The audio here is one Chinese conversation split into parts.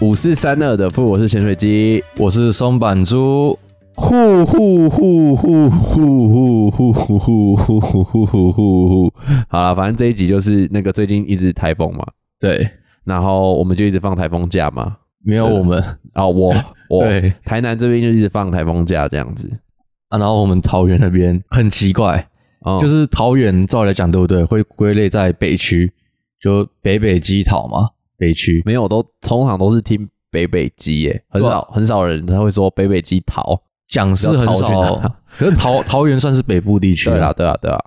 五四三二的复我是潜水机，我是松板猪，呼呼呼呼呼呼呼呼呼呼呼呼呼呼。好了，反正这一集就是那个最近一直台风嘛，对，然后我们就一直放台风假嘛。没有我们，啊，我我对台南这边就一直放台风假这样子，啊，然后我们桃园那边很奇怪，哦就是桃园照理来讲对不对，会归类在北区，就北北基桃嘛，北区没有，我都通常都是听北北基耶，很对啊少很少人他会说北北基桃。讲是不很知道桃去哪少，可是 桃桃园算是北部地区啊对啦，，对啦，对啦，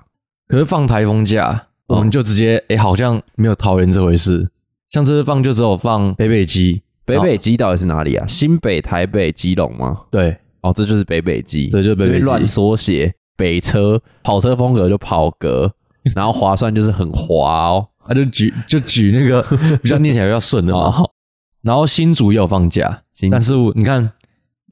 可是放台风假，嗯我们就直接哎、诶好像没有桃园这回事，像这次放就只有放北北基，北北基到底是哪里啊？新北、台北、基隆吗？对，哦，这就是北北基，对就是北北基因为乱缩写北车，跑车风格就跑格，然后划算就是很滑哦。啊就举就举那个 比较念起来比较顺的嘛。然后新竹也有放假啊新，竹但是我你看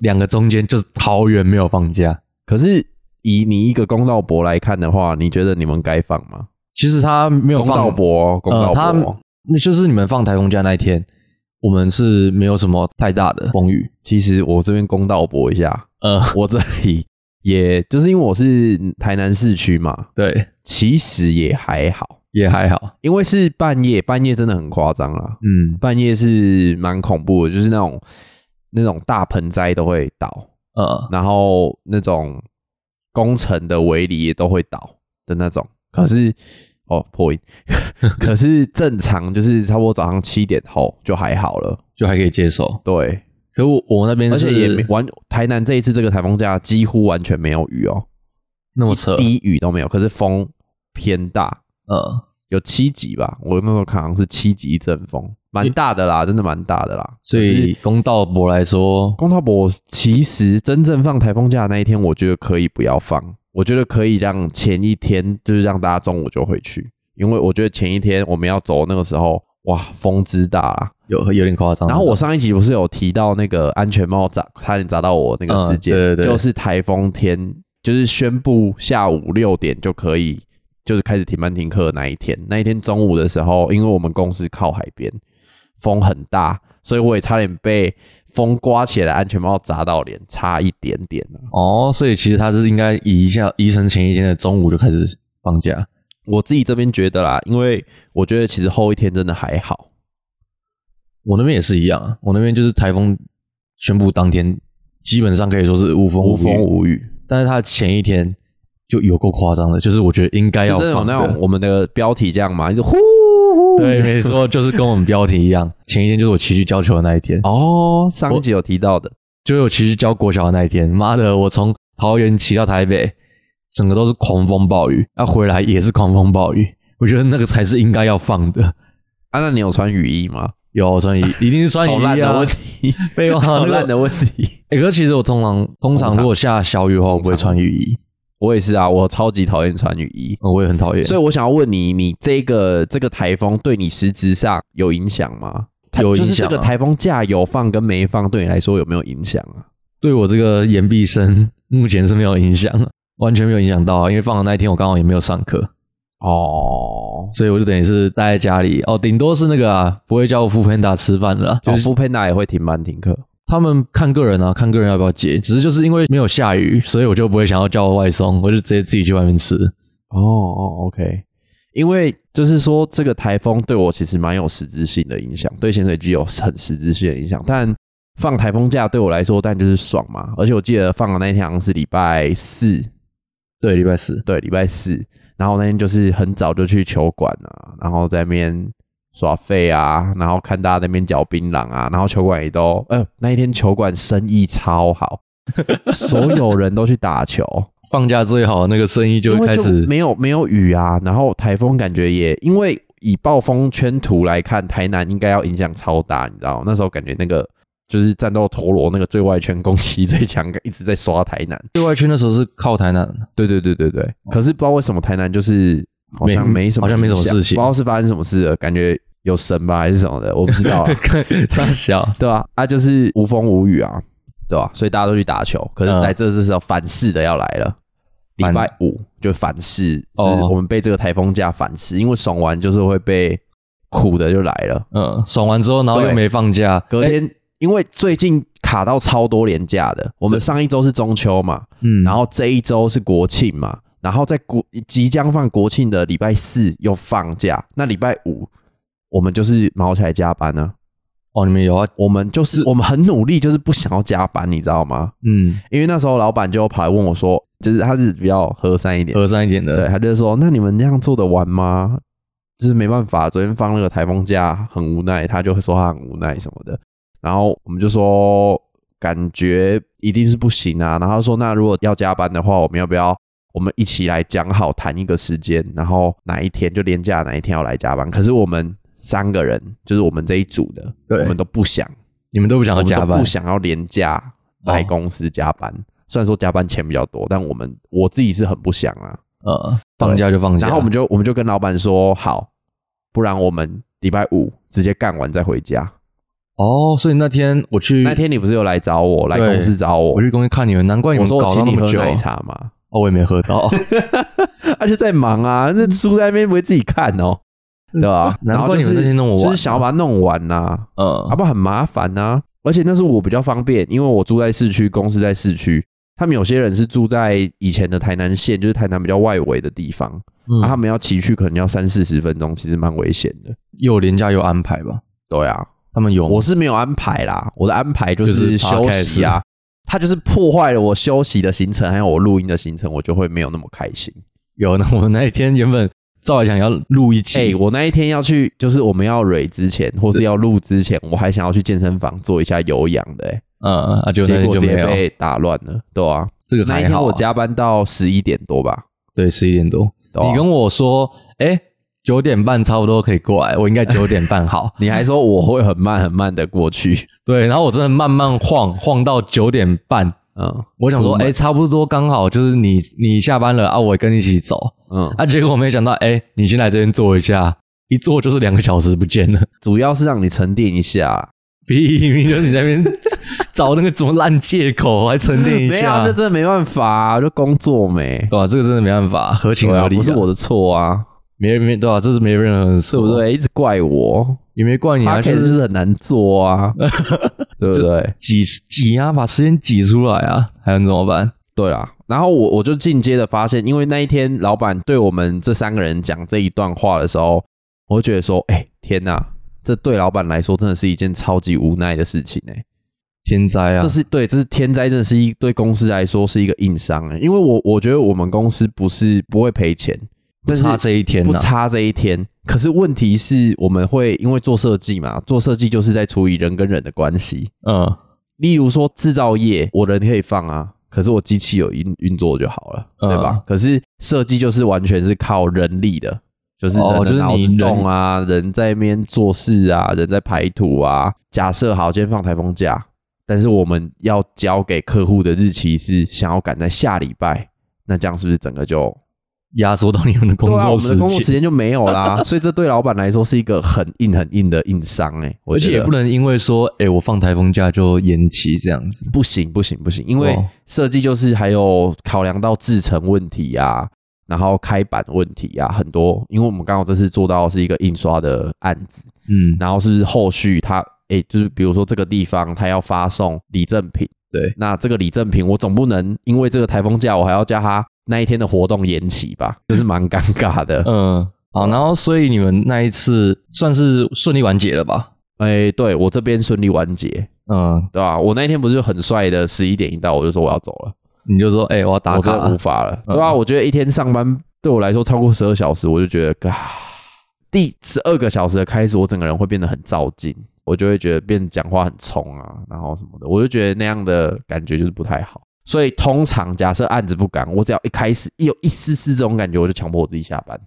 两个中间就是桃园没有放假。可是以你一个公道博来看的话，你觉得你们该放吗？其实他没有公道放，博哦，公道呃，他博哦，那就是你们放台风假那一天，我们是没有什么太大的风雨。其实我这边公道博一下，呃，我这里也就是因为我是台南市区嘛，对，其实也还好，也还好。因为是半夜，半夜真的很夸张啦。嗯半夜是蛮恐怖的，就是那种那种大盆栽都会倒，呃，然后那种工程的围篱也都会倒的那种。可是哦破音， 可是正常就是差不多早上七点后就还好了，就还可以接受。对，可我我那边而且是也没完台南这一次这个台风假几乎完全没有雨哦，那么扯一。滴雨都没有，可是风偏大。呃，有七级吧，我那时候看好像是七级一阵风，蛮大的啦，真的蛮大的啦。所可是以公道博来说，公道博其实真正放台风假的那一天，我觉得可以不要放，我觉得可以让前一天就是让大家中午就回去，因为我觉得前一天我们要走那个时候，哇，风之大啊！有有点夸张。然后我上一集不是有提到那个安全帽砸，差点砸到我那个事件，嗯对对对就是台风天，就是宣布下午六点就可以，就是开始停班停课的那一天，那一天中午的时候，因为我们公司靠海边，风很大，所以我也差点被风刮起来的安全帽砸到脸，差一点点啊哦，所以其实他是应该移一下，移成前一天的中午就开始放假。我自己这边觉得啦，因为我觉得其实后一天真的还好，我那边也是一样啊，我那边就是台风宣布当天，基本上可以说是无风无风雨，无雨，但是它前一天就有够夸张的，就是我觉得应该是要真的有放那的种我们的标题这样嘛，一直呼呼， 对，没错，就是跟我们标题一样，前一天就是我骑去教球的那一天，哦，上一集有提到的。就是我骑去教国小的那一天，妈的，我从桃园骑到台北，整个都是狂风暴雨，啊，回来也是狂风暴雨，我觉得那个才是应该要放的。啊，那你有穿雨衣吗？有穿雨衣，一定 是穿雨好烂衣的啊问！ 题，废话，好那个烂的问 题。欸，可是其实我通常通常如果下小雨的话，我不会穿雨衣，我也是啊，我超级讨厌穿雨衣，嗯我也很讨厌。所以我想要问你，你这个这个台风对你实质上有影响吗？它有影响啊就是这个台风假有放跟没放，对你来说有没有影响啊？对我这个岩壁生目前是没有影响，完全没有影响到啊，因为放的那一天我刚好也没有上课，哦，所以我就等于是待在家里哦，顶多是那个啊，不会叫我付朋达吃饭了啊，就就是是富佩娜也会停班停课。他们看个人啊，看个人要不要接，只是就是因为没有下雨，所以我就不会想要叫外送，我就直接自己去外面吃。哦哦，OK，因为就是说这个台风对我其实蛮有实质性的影响，对潜水机有很实质性的影响。但放台风假对我来说，但就是爽嘛。而且我记得放的那天好像是礼拜四，对，礼拜四，对，礼拜四。然后那天就是很早就去球馆啊，然后在那边耍废啊，然后看大家在那边嚼槟榔啊，然后球馆也都，呃，那一天球馆生意超好，所有人都去打球。放假最好那个生意就因会为开就始没有没有雨啊，然后台风感觉也因为以暴风圈图来看，台南应该要影响超大，你知道吗那时候感觉那个就是战斗陀螺那个最外圈攻击最强，一直在刷台南。对外圈的时候是靠 台南，对对对对对，可是不知道为什么台南就是好像没没什么好像没什么影响事情不知道是发生什么事了，感觉有神吧还是什么的，我不知道、啊。三小，对啊，啊就是无风无雨啊，对吧、所以大家都去打球，可是嗯来这次是要反噬的要来了。礼反拜五就反噬，就是哦我们被这个台风假反噬，因为爽完就是会被苦的就来了。嗯，爽完之后，然后又对没放假，隔哎天、因为最近卡到超多连假的，我们上一周是中秋嘛，嗯，然后这一周是国庆嘛，然后在国即将放国庆的礼拜四又放假，那礼拜五我们就是毛起来加班呢、哦，你们有啊，我们就是我们很努力，就是不想要加班，你知道吗？嗯，因为那时候老板就跑来问我说，就是他是比较和善一点，和善一点的，对，他就说：“那你们这样做得完吗？”就是没办法，昨天放那个台风假，很无奈，他就会说他很无奈什么的。然后我们就说，感觉一定是不行啊。然后他说，那如果要加班的话，我们要不要我们一起来讲好，谈一个时间，然后哪一天就连假，哪一天要来加班？可是我们三个人，就是我们这一组的，对我们都不想，你们都不想我要们加都班不，想要连假来哦公司加班。虽然说加班钱比较多，但我们我自己是很不想啊。呃，放假就放假，然后我们就我们就跟老板说好，不然我们礼拜五直接干完再回家。哦，所以那天我去那天你不是有来找我，来嗯对公司找我我，去公司看你们，难怪你我们说我搞到请那你么喝久，啊奶茶嘛， 哦，我也没喝到，他就在忙啊，那书在那边不会自己看哦，对吧？嗯难然后怪就你们是那天弄我啊就晚是，想要把它弄完呐，嗯啊，不然很麻烦呐。而且那是我比较方便，因为我住在市区，公司在市区。他们有些人是住在以前的台南县，就是台南比较外围的地方，嗯啊，他们要骑去可能要三四十分钟，其实蛮危险的。又廉价又安排吧，对啊，他们有吗我是没有安排啦，我的安排就哦就是是休息 podcast 啊。他就是破坏了我休息的行程，还有我录音的行程，我就会没有那么开心。有，那 我那一天原本照理想要录一期，哎、我那一天要去，就是我们要蕊之前，或是要录之前，我还想要去健身房做一下有氧的、欸，嗯，啊，就那结天果就直接没有，被打乱了，对啊。这个那一还天好啊，我加班到十一点多吧，对十一点多，对啊你跟我说，哎，九点半差不多可以过来，我应该九点半好 ，你还说我会很慢很慢的过 去，对，然后我真的慢慢晃晃到九点半，嗯，我想说，出门哎，差不多刚好就是你你下班了啊，我也跟你一起走嗯，啊，结果没想到，哎，你先来这边坐一下，一坐就是两个小时不见了。 主要是让你沉淀一下，屁，明明就是你在那边找那个什么烂借口，还沉淀 一没有啊，下这，真的没办法、啊，就工作没，对吧、啊这个真的没办法，合情对啊合理、不是，我的错啊，没人没对吧、这是没任何人对错，不？对？一直怪我，也没怪哦你他啊，可就能就是是很难做 啊，对不对？挤挤啊，把时间挤出来啊，还能怎么办？对啦。然后我我就进阶的发现，因为那一天老板对我们这三个人讲这一段话的时候，我就觉得说，哎、天哪，这对老板来说真的是一件超级无奈的事情哎、天灾啊这，是对，这是天灾，真的是一对公司来说是一个硬伤哎、因为我我觉得我们公司不是不会赔钱，不但是差这一天啊不呐、差这一天。可是问题是我们会因为做设计嘛，做设计就是在处理人跟人的关系。嗯例如说制造业，我人可以放啊，可是我机器有运运作就好了，嗯对吧？可是设计就是完全是靠人力的，就是人哦就的是脑你子动啊，人在那边做事啊，人在排土啊。假设好，今天放台风假，但是我们要交给客户的日期是想要赶在下礼拜，那这样是不是整个就嗯，压缩到你们的工对啊，我作们时的工作时间。间就没有啦，所以这对老板来说是一个很硬很硬的硬伤哎、我而且觉也得不能因为说，哎、我放台风假就延期这样子。不行不行不行，因为哦设计就是还有考量到制程问题啊，然后开板问题啊，很多，因为我们刚好这次做到的是一个印刷的案子，嗯，然后是不是后续它诶、就是比如说这个地方它要发送礼赠品，对，那这个礼赠品我总不能因为这个台风假我还要叫他那一天的活动延期 吧，这是蛮尴尬的。嗯，好，然后所以你们那一次算是顺利完结了吧？诶、对我这边顺利完结，嗯，对吧、我那一天不是就很帅的，十一点一到我就说我要走了，你就说，哎、我要打我卡真的无了，法了，嗯对啊？我觉得一天上班对我来说超过十二小时，我就觉得，嘎，第十二个小时的开始，我整个人会变得很躁进，我就会觉得变得讲话很冲啊，然后什么的，我就觉得那样的感觉就是不太好。所以通常假设案子不赶，我只要一开始一有一丝丝这种感觉，我就强迫我自己下班。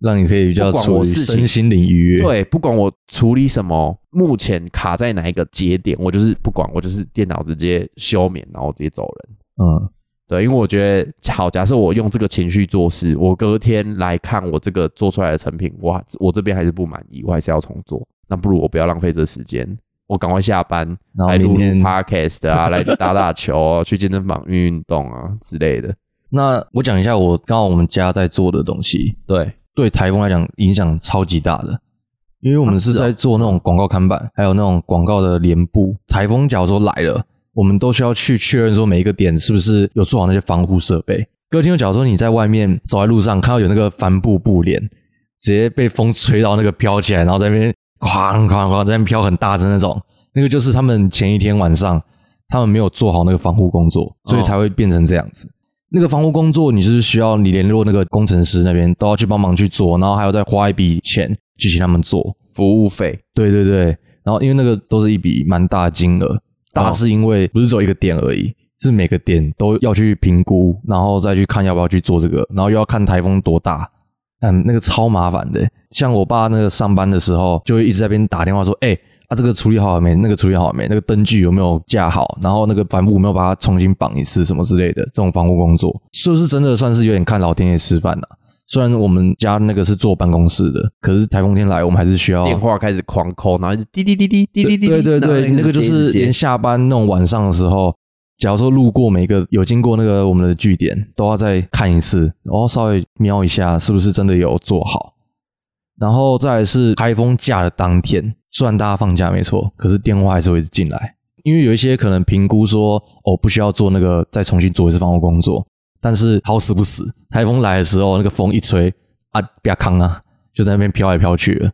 让你可以比较不管处于我事情身心灵愉悦。，对，不管我处理什么，目前卡在哪一个节点，我就是不管，我就是电脑直接休眠，然后直接走人。嗯，对，因为我觉得，好，假设我用这个情绪做事，我隔天来看我这个做出来的成品，我我这边还是不满意，我还是要重做。那不如我不要浪费这时间，我赶快下班然后来明录录天 podcast 啊， 来去打打球啊、去健身房运运动啊之类的。那我讲一下我刚好我们家在做的东西，对，对台风来讲影响超级大的。因为我们啊是是哦在做那种广告看板，还有那种广告的帘布。台风假如说来了，我们都需要去确认说每一个点是不是有做好那些防护设备。各位听众，假如说你在外面走在路上看到有那个帆布布帘，直接被风吹到那个飘起来，然后在那边哐哐哐在那边飘很大声那种，那个就是他们前一天晚上他们没有做好那个防护工作，所以才会变成这样子。那个防护工作，你就是需要你联络那个工程师那边都要去帮忙去做，然后还要再花一笔钱去请他们做。服务费对对对，然后因为那个都是一笔蛮大的金额，大是因为不是只有一个点而已，是每个点都要去评估，然后再去看要不要去做这个，然后又要看台风多大。嗯，那个超麻烦的。像我爸那个上班的时候，就会一直在那边打电话说：“哎、啊，这个处理好了没？那个处理好了没？那个灯具有没有架好？然后那个帆布有没有把它重新绑一次，什么之类的这种防护工作，就是真的算是有点看老天爷吃饭了、啊虽然我们家那个是坐办公室的，可是台风天来，我们还是需要电话开始狂扣，然后一直滴滴滴滴滴滴滴，对对然后对，一直那个就接是一直接连下班那种晚上的时候，假如说路过每一个有经过那个我们的据点，都要再看一次，然后稍微瞄一下是不是真的有做好。然后再来是开封假的当天，虽然大家放假没错，可是电话还是会一直进来，因为有一些可能评估说哦不需要做那个再重新做一次防护工作，但是好死不死，台风来的时候那个风一吹啊，啪康啊，就在那边飘来飘去的。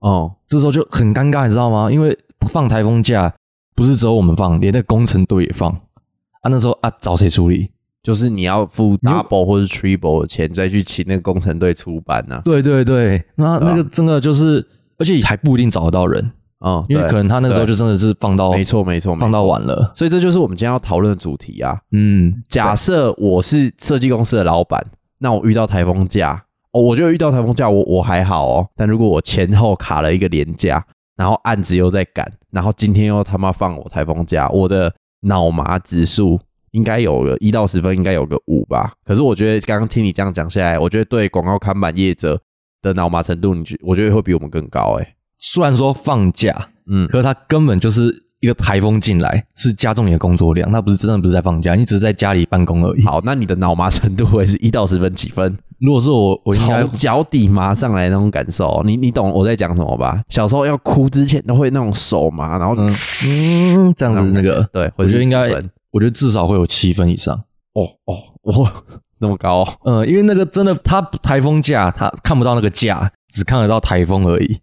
哦，这时候就很尴尬，你知道吗？因为放台风假不是只有我们放，连那个工程队也放啊。那时候啊，找谁处理？就是你要付你 double 或是 triple 的钱，再去请那个工程队出啊班呢、对对对，那对啊那个真的就是，而且还不一定找得到人，啊。嗯，因为对可能他那个时候就真的是放到没错没错，没错放到。晚了。所以这就是我们今天要讨论的主题啊。嗯，假设我是设计公司的老板，那我遇到台风假，哦，我就遇到台风假，我我还好哦。但如果我前后卡了一个连假，然后案子又在赶，然后今天又他妈放我台风假，我的脑麻指数应该有个一到十分，应该有个五吧。可是我觉得刚刚听你这样讲下来，我觉得对广告看板业者的脑麻程度，你觉我觉得会比我们更高哎、虽然说放假，嗯，可是他根本就是一个台风进来，是加重你的工作量。他不是真的不是在放假，你只是在家里办公而已。好，那你的脑麻程度会是一到十分几分？如果是我，我应该从脚底麻上来那种感受，你你懂我在讲什么吧？小时候要哭之前都会那种手麻，然后嗯嗯这样子那个，对，我觉得应该会是几分，我觉得至少会有七分以上。哦哦，哇， 那么高哦，嗯，因为那个真的，它台风假，它看不到那个假，只看得到台风而已。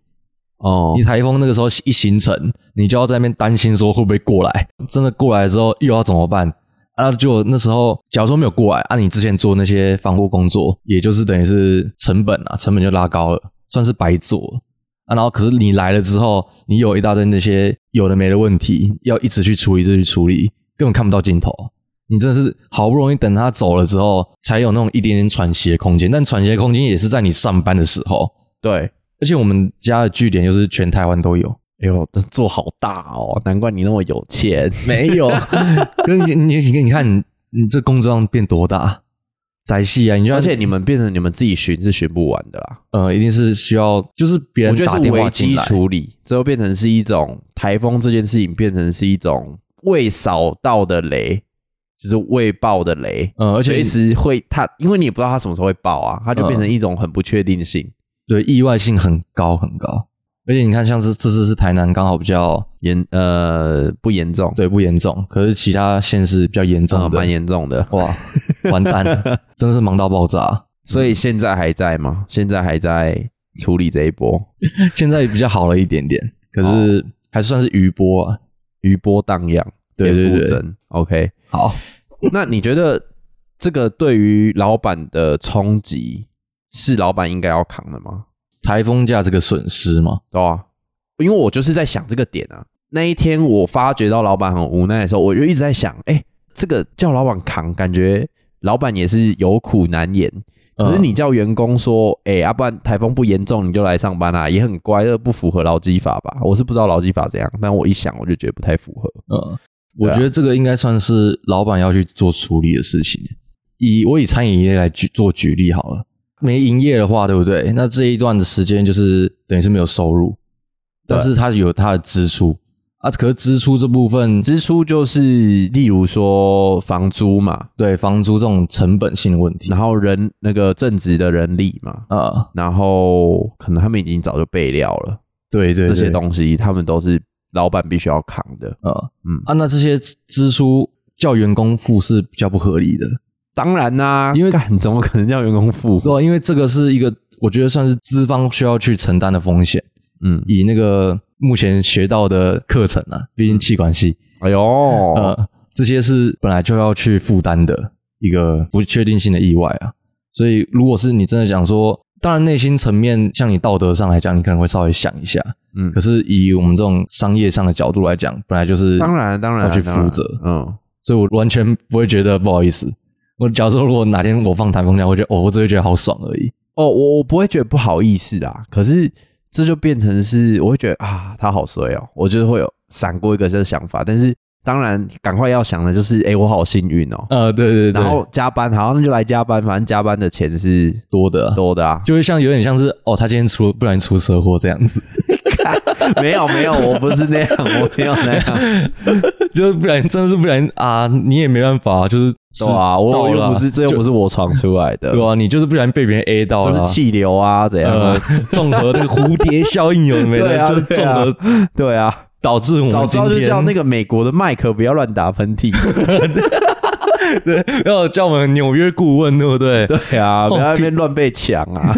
哦你台风那个时候一形成，你就要在那边担心说会不会过来，真的过来之后又要怎么办？啊，就那时候，假如说没有过来，啊，你之前做那些防护工作，也就是等于是成本啊，成本就拉高了，算是白做了啊。然后可是你来了之后，你有一大堆那些有的没的问题，要一直去处理，一直去处理，根本看不到尽头。你真的是好不容易等他走了之后，才有那种一点点喘息的空间，但喘息的空间也是在你上班的时候。对，而且我们家的据点又是全台湾都有，哎呦，这做好大哦，难怪你那么有钱，没有？ 跟你你你你看，你这工作量变多大？宅系啊，你就要而且你们变成你们自己寻是寻不完的啦。呃，一定是需要，就是我别人觉打得是电话危进机来，处理，最后变成是一种台风这件事情，变成是一种未扫到的雷，就是未爆的雷。呃，而随且时会它，因为你也不知道它什么时候会爆啊，它就变成一种很不确定性，对意外性很高很高。而且你看，像是这次是台南，刚好比较严呃不严重，对不严重，可是其他县市比较严呃，重的，蛮严重的。哇，完 蛋了，真的是忙到爆炸。所以现在还在吗？现在还在处理这一波现在比较好了一点点，可哦是还算是余波啊。余波荡漾，对对蝙蝠对针 OK，好，那你觉得这个对于老板的冲击是老板应该要扛的吗？台风假这个损失嘛，对啊，因为我就是在想这个点啊。那一天我发觉到老板很无奈的时候，我就一直在想，哎、这个叫老板扛，感觉老板也是有苦难言。可是嗯你叫员工说，哎、要、不然台风不严重你就来上班啦、也很乖，这不符合劳基法吧？我是不知道劳基法怎样，但我一想我就觉得不太符合。嗯，我对啊觉得这个应该算是老板要去做处理的事情。以我以餐饮业来举做举例好了，没营业的话，对不对？那这一段的时间就是等于是没有收入，对但是他有他的支出啊。可是支出这部分，支出就是例如说房租嘛，对房租这种成本性的问题然后人那个正职的人力嘛，啊、然后可能他们已经早就备料了，对对这对些东西，他们都是老板必须要扛的。呃嗯，啊，那这些支出叫员工付是比较不合理的，当然啦、因为干怎么可能叫员工付？对、啊，因为这个是一个我觉得算是资方需要去承担的风险。嗯，以那个目前学到的课程啊，毕竟气管系，哎呦，呃，这些是本来就要去负担的一个不确定性的意外啊。所以，如果是你真的讲说，当然内心层面，像你道德上来讲，你可能会稍微想一下。嗯可，是以我们这种商业上的角度来讲，本来就是当然当然要去当然负责，嗯，所以我完全不会觉得不好意思。我假如说，如果哪天我放台风假，我会觉得哦，我只会觉得好爽而已。哦，我我不会觉得不好意思啦，可是这就变成是，我会觉得啊，他好衰哦，我就是会有闪过一个这个想法，但是当然赶快要想的就是，哎、我好幸运哦，呃，对对对，然后加班，好，那就来加班，反正加班的钱是多的啊、多的 啊，就会像有点像是哦，他今天出不然出车祸这样子，没有没有，我不是那样，我没有那样，就是不然真的是不然啊，你也没办法啊，就是对啊，我到了又啊不是这又不是我闯出来的，对啊，你就是不然被别人 A 到了啊、这是气流啊，怎样呃啊？，综合那个蝴蝶效应有没有？对啊就是对综啊合对啊，导 致我们早知道今就天叫 那个美国的麦克不要乱打喷嚏，要叫我们纽约顾问，对不 对？对 哦啊，不要在那边乱被抢啊。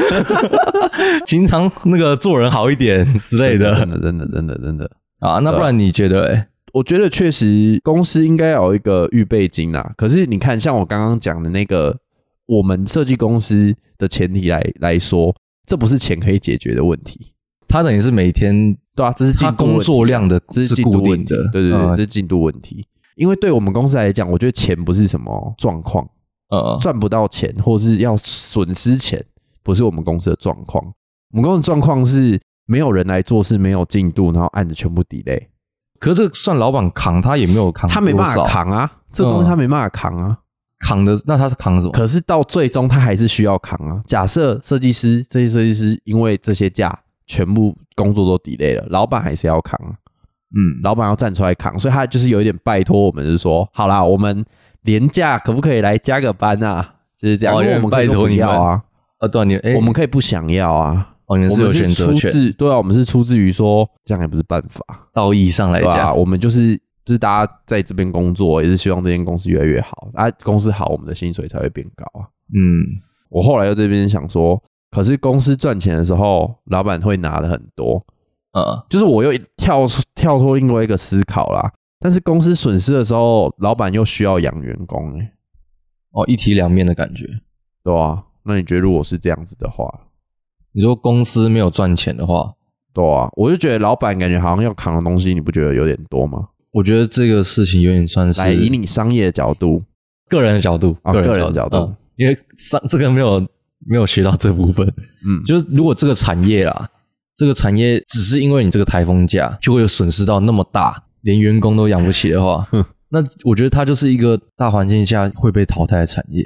经常那个做人好一点之类的真的真的真的真的，啊。那不然你觉得、欸？我觉得确实公司应该要有一个预备金啦。可是你看，像我刚刚讲的那个，我们设计公司的前提来来说，这不是钱可以解决的问题，他等于是每天对啊，这是进他度工问题作量的这是是进度固问定题的，对对对，嗯这是进度问题。因为对我们公司来讲，我觉得钱不是什么状况，呃，赚不到钱或是要损失钱，不是我们公司的状况。我们公司的状况是没有人来做事，没有进度，然后案子全部 delay。可是这个算老板扛，他也没有扛多他少，嗯没办法扛啊，这东西他没办法扛啊。扛的，那他是扛什么？可是到最终他还是需要扛啊。假设设计师这些设计师因为这些假全部工作都 delay 了，老板还是要扛啊，嗯，老板要站出来扛，所以他就是有一点拜托我们，就是说，好啦，我们年假可不可以来加个班啊？就是这样，哦因为我们可以说不要啊，啊，对啊，你哎，我们可以不想要啊。哦，你我们们是有选择是出权，自对啊，我们是出自于说这样也不是办法，道义上来对啊吧、讲，我们就是就是大家在这边工作，也是希望这间公司越来越好啊，公司好，我们的薪水才会变高啊。嗯，我后来又这边想说，可是公司赚钱的时候，老板会拿的很多，呃，就是我又跳出跳脱另外一个思考啦。但是公司损失的时候，老板又需要养员工、欸，哦，一体两面的感觉。对吧、那你觉得如果是这样子的话，你说公司没有赚钱的话，对啊，我就觉得老板感觉好像要扛的东西，你不觉得有点多吗？我觉得这个事情有点算是来，以你商业的角度，个人的角度，啊人个人角度嗯因为上这个没有没有学到这部分， 嗯，就是如果这个产业啦，这个产业只是因为你这个台风假就会有损失到那么大，连员工都养不起的话， 那我觉得它就是一个大环境下会被淘汰的产业。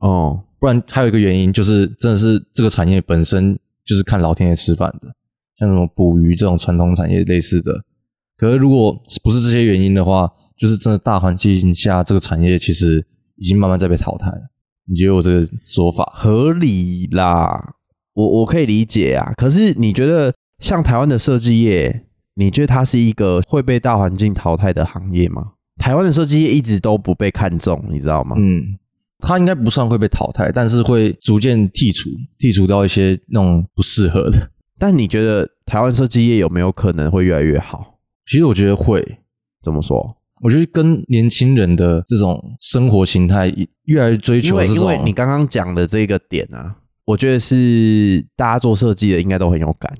哦，不然还有一个原因就是，真的是这个产业本身就是看老天爷吃饭的，像什么捕鱼这种传统产业类似的。可是如果不是这些原因的话，就是真的大环境下这个产业其实已经慢慢在被淘汰了。你觉得我这个说法？合理啦，我我可以理解啊。可是你觉得像台湾的设计业，你觉得它是一个会被大环境淘汰的行业吗？台湾的设计业一直都不被看重，你知道吗？嗯，它应该不算会被淘汰，但是会逐渐剔除，剔除到一些那种不适合的。但你觉得台湾设计业有没有可能会越来越好？其实我觉得会，怎么说？我觉得跟年轻人的这种生活形态越来越追因求为这因为种你刚刚讲的这个点啊，我觉得是大家做设计的应该都很有感。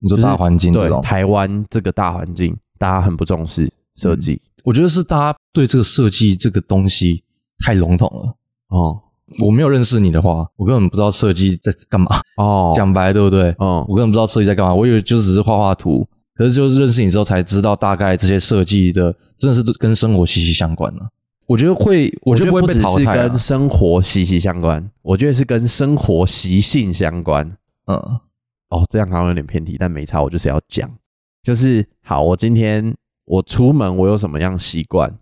你说就是哦大环境这对种，台湾这个大环境，大家很不重视设计、我觉得是大家对这个设计这个东西太笼统了。哦我没有认识你的话，我根本不知道设计在干嘛。哦，讲白了，对不对？嗯我根本不知道设计在干嘛，我以为就只是画画图。可是就是认识你之后才知道，大概这些设计的真的是跟生活息息相关了、我觉得会，我我觉觉得得不会不被只淘是汰啊、跟生活息息相关，我觉得是跟生活习性相关。嗯，哦，这样好像有点偏题，但没差，我就是要讲，就是好，我今天我出门我有什么样习惯，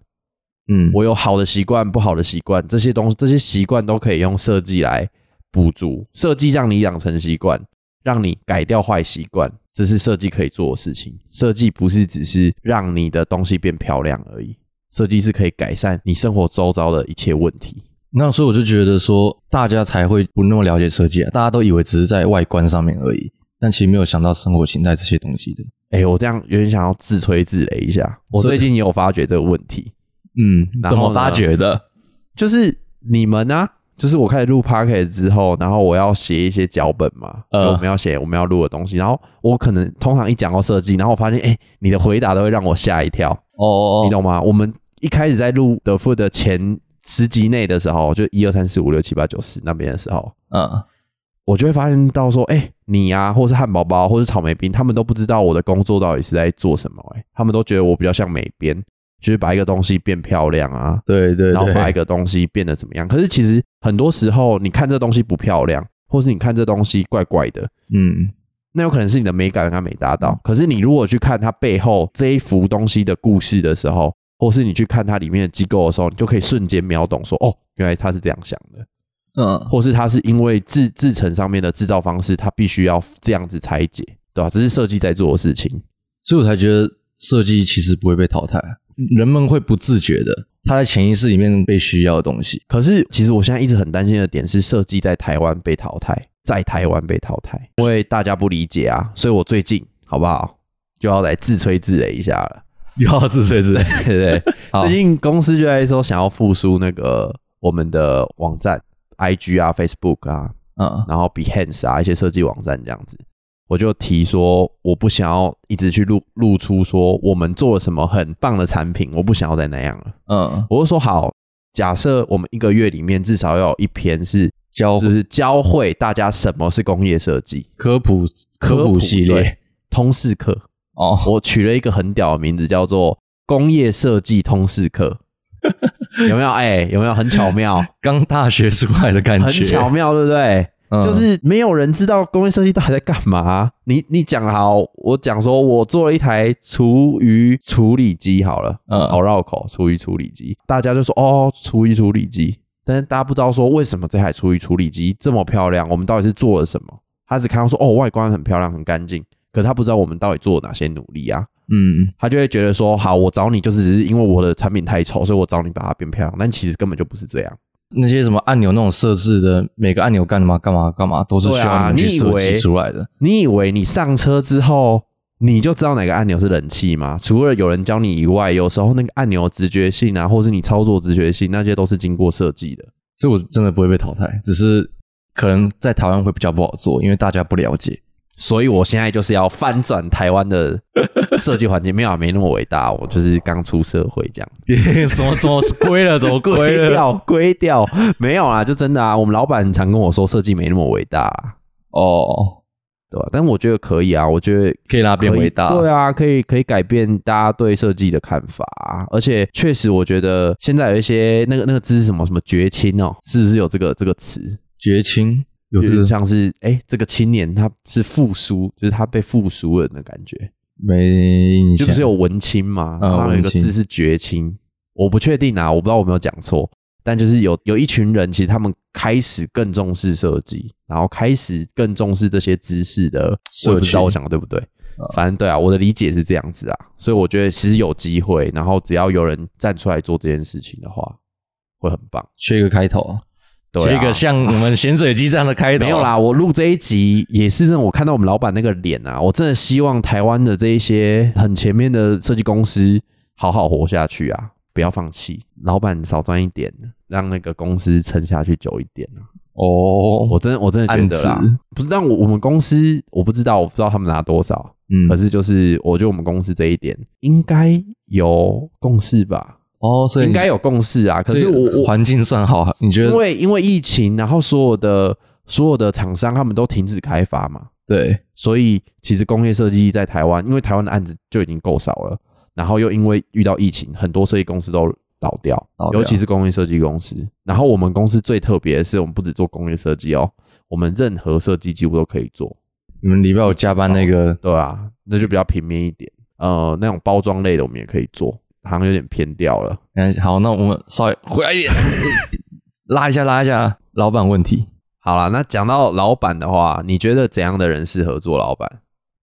嗯，我有好的习惯、不好的习惯，这些东西这些习惯都可以用设计来补足，设计让你养成习惯，让你改掉坏习惯，这是设计可以做的事情。设计不是只是让你的东西变漂亮而已，设计是可以改善你生活周遭的一切问题。那所以我就觉得说，大家才会不那么了解设计啊，大家都以为只是在外观上面而已，但其实没有想到生活形态这些东西的。哎、我这样有点想要自吹自擂一下。我是最近也有发觉这个问题，嗯，然后呢怎么发掘的？就是你们呢、就是我开始录 p o c a s t 之后，然后我要写一些脚本嘛，嗯就我们要写我们要录的东西，然后我可能通常一讲到设计，然后我发现，哎、你的回答都会让我吓一跳，哦哦你，懂吗？我们一开始在录德富的前十集内的时候，就一二三四五六七八九十那边的时候，嗯，我就会发现到说，哎、你啊，或是汉堡包，或是草莓冰，他们都不知道我的工作到底是在做什么、哎，他们都觉得我比较像美编，就是把一个东西变漂亮啊，对对然后把一对，个东西变得怎么样。可是其实很多时候，你看这东西不漂亮，或是你看这东西怪怪的，嗯，那有可能是你的美感跟它没达到。可是你如果去看它背后这一幅东西的故事的时候，或是你去看它里面的机构的时候，你就可以瞬间秒懂说，哦，原来他是这样想的，嗯，或是他是因为制制成上面的制造方式，他必须要这样子拆解，对吧、这是设计在做的事情。所以我才觉得设计其实不会被淘汰，人们会不自觉的，他在潜意识里面被需要的 东西。可是，其实我现在一直很担心的点是，设计在台湾被淘汰，在台湾被淘汰，因为大家不理解啊。所以我最近好不好就要来自吹自擂一下了， 又要自吹自擂，对不对？好最近公司就在说想要复苏那个我们的网站、IG 啊、Facebook 啊，嗯然后 Behance 啊一些设计网站这样子。我就提说，我不想要一直去露露出说我们做了什么很棒的产品，我不想要再那样了。嗯，我就说好，假设我们一个月里面至少要有一篇是教就是教会大家什么是工业设计科普科普系列对通识课。哦， 我取了一个很屌的名字，叫做“工业设计通识课”，有没有？哎、有没有很巧妙？刚大学出来的感觉，很巧妙，对不对？嗯就是没有人知道工业设计到底在干嘛。你你讲好，我讲说我做了一台厨余处理机好了，嗯好绕口，厨余处理机，大家就说哦，厨余处理机，但是大家不知道说为什么这台厨余处理机这么漂亮，我们到底是做了什么？他只看到说哦，外观很漂亮，很干净，可是他不知道我们到底做了哪些努力啊。嗯他就会觉得说，好，我找你就是只是因为我的产品太丑，所以我找你把它变漂亮，但其实根本就不是这样。那些什么按钮那种设置的，每个按钮干嘛干嘛干嘛，都是需对啊要们去你以设为计出来的。你以为你上车之后你就知道哪个按钮是冷气吗？除了有人教你以外，有时候那个按钮的直觉性啊，或是你操作直觉性，那些都是经过设计的。所以我真的不会被淘汰，只是可能在台湾会比较不好做，因为大家不了解。所以我现在就是要翻转台湾 的设计环境，没有啊、没那么伟大，我就是刚出社会这样， 什么怎么归了，怎么归归了？掉归掉，没有啊，就真的啊，我们老板常跟我说设计没那么伟大、啊，哦，对吧？但我觉得可以啊，我觉得可以让它变可以伟大。对啊，可以可以改变大家对设计的看法、啊，而且确实我觉得现在有一些那个那个字是什么什么绝青哦，是不是有这个这个词？绝情有这就是个像是哎、诶这个青年他是复苏，就是他被复苏了的感觉，没印就象不是有文青吗？嗯然后有一个文青字是绝青，我不确定啊，我不知道我有没有讲错。但就是有有一群人，其实他们开始更重视设计，然后开始更重视这些知识的社我也不知道群嗯我讲的对不对？反正对啊，我的理解是这样子啊，所以我觉得其实有机会，然后只要有人站出来做这件事情的话，会很棒。缺一个开头啊，对啊缺一个像我们咸水鸡这样的开头。啊没有，啦，我录这一集也是让我看到我们老板那个脸啊，我真的希望台湾的这一些很前面的设计公司好好活下去啊，不要放弃，老板少赚一点，让那个公司撑下去久一点啊。哦，我真的我真的觉得啦暗指，不是让我我们公司我不知道我不知道他们拿多少，嗯可，是就是我觉得我们公司这一点应该有共识吧，哦，所以应你该有共识啊。可是所以我我环境算好，啊你觉因得为因为疫情，然后所有的所有的厂商他们都停止开发嘛，对？所以其实工业设计在台湾，因为台湾的案子就已经够少了，然后又因为遇到疫情，很多设计公司都倒掉，倒掉尤其是工业设计公司。然后我们公司最特别的是，我们不只做工业设计哦，我们任何设计几乎都可以做。你们礼拜五加班那个对啊，那就比较平面一点。呃，那种包装类的我们也可以做，好像有点偏掉了。哎，好，那我们稍微回 来一点，拉一下，拉一下。老板问题，好啦，那讲到老板的话，你觉得怎样的人适合做老板？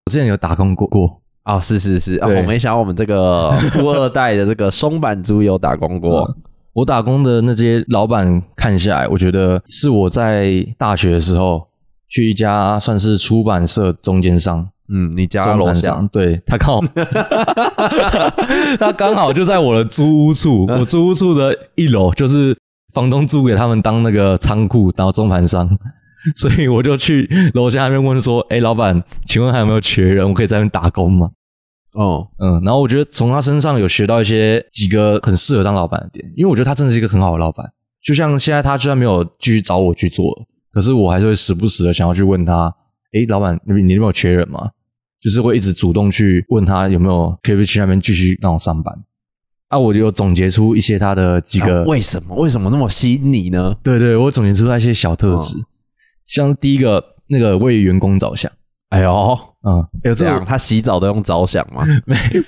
我之前有打工过过，哦，是是是，哦，对我没想到我们这个富二代的这个松板猪有打工过，我打工的那些老板看下来，我觉得是我在大学的时候去一家算是出版社中间商，嗯，你家中楼盘下商，对他刚 好，他刚好就在我的租屋处，嗯我租屋处的一楼就是房东租给他们当那个仓库，然后中盘商，所以我就去楼下那边问说：“哎，老板，请问还有没有缺人？我可以在那边打工吗哦，？”嗯，然后我觉得从他身上有学到一些几个很适合当老板的点，因为我觉得他真的是一个很好的老板。就像现在他虽然没有继续找我去做，可是我还是会时不时的想要去问他：“哎，老板，你你有没有缺人吗？”就是会一直主动去问他有没有可不可以去那边继续让我上班。啊，我就有总结出一些他的几个，啊为什么为什么那么吸引你呢？对对，我总结出他一些小特嗯质，像第一个那个为员工着想，哎呦，嗯，有这这样样他洗澡都用着想吗？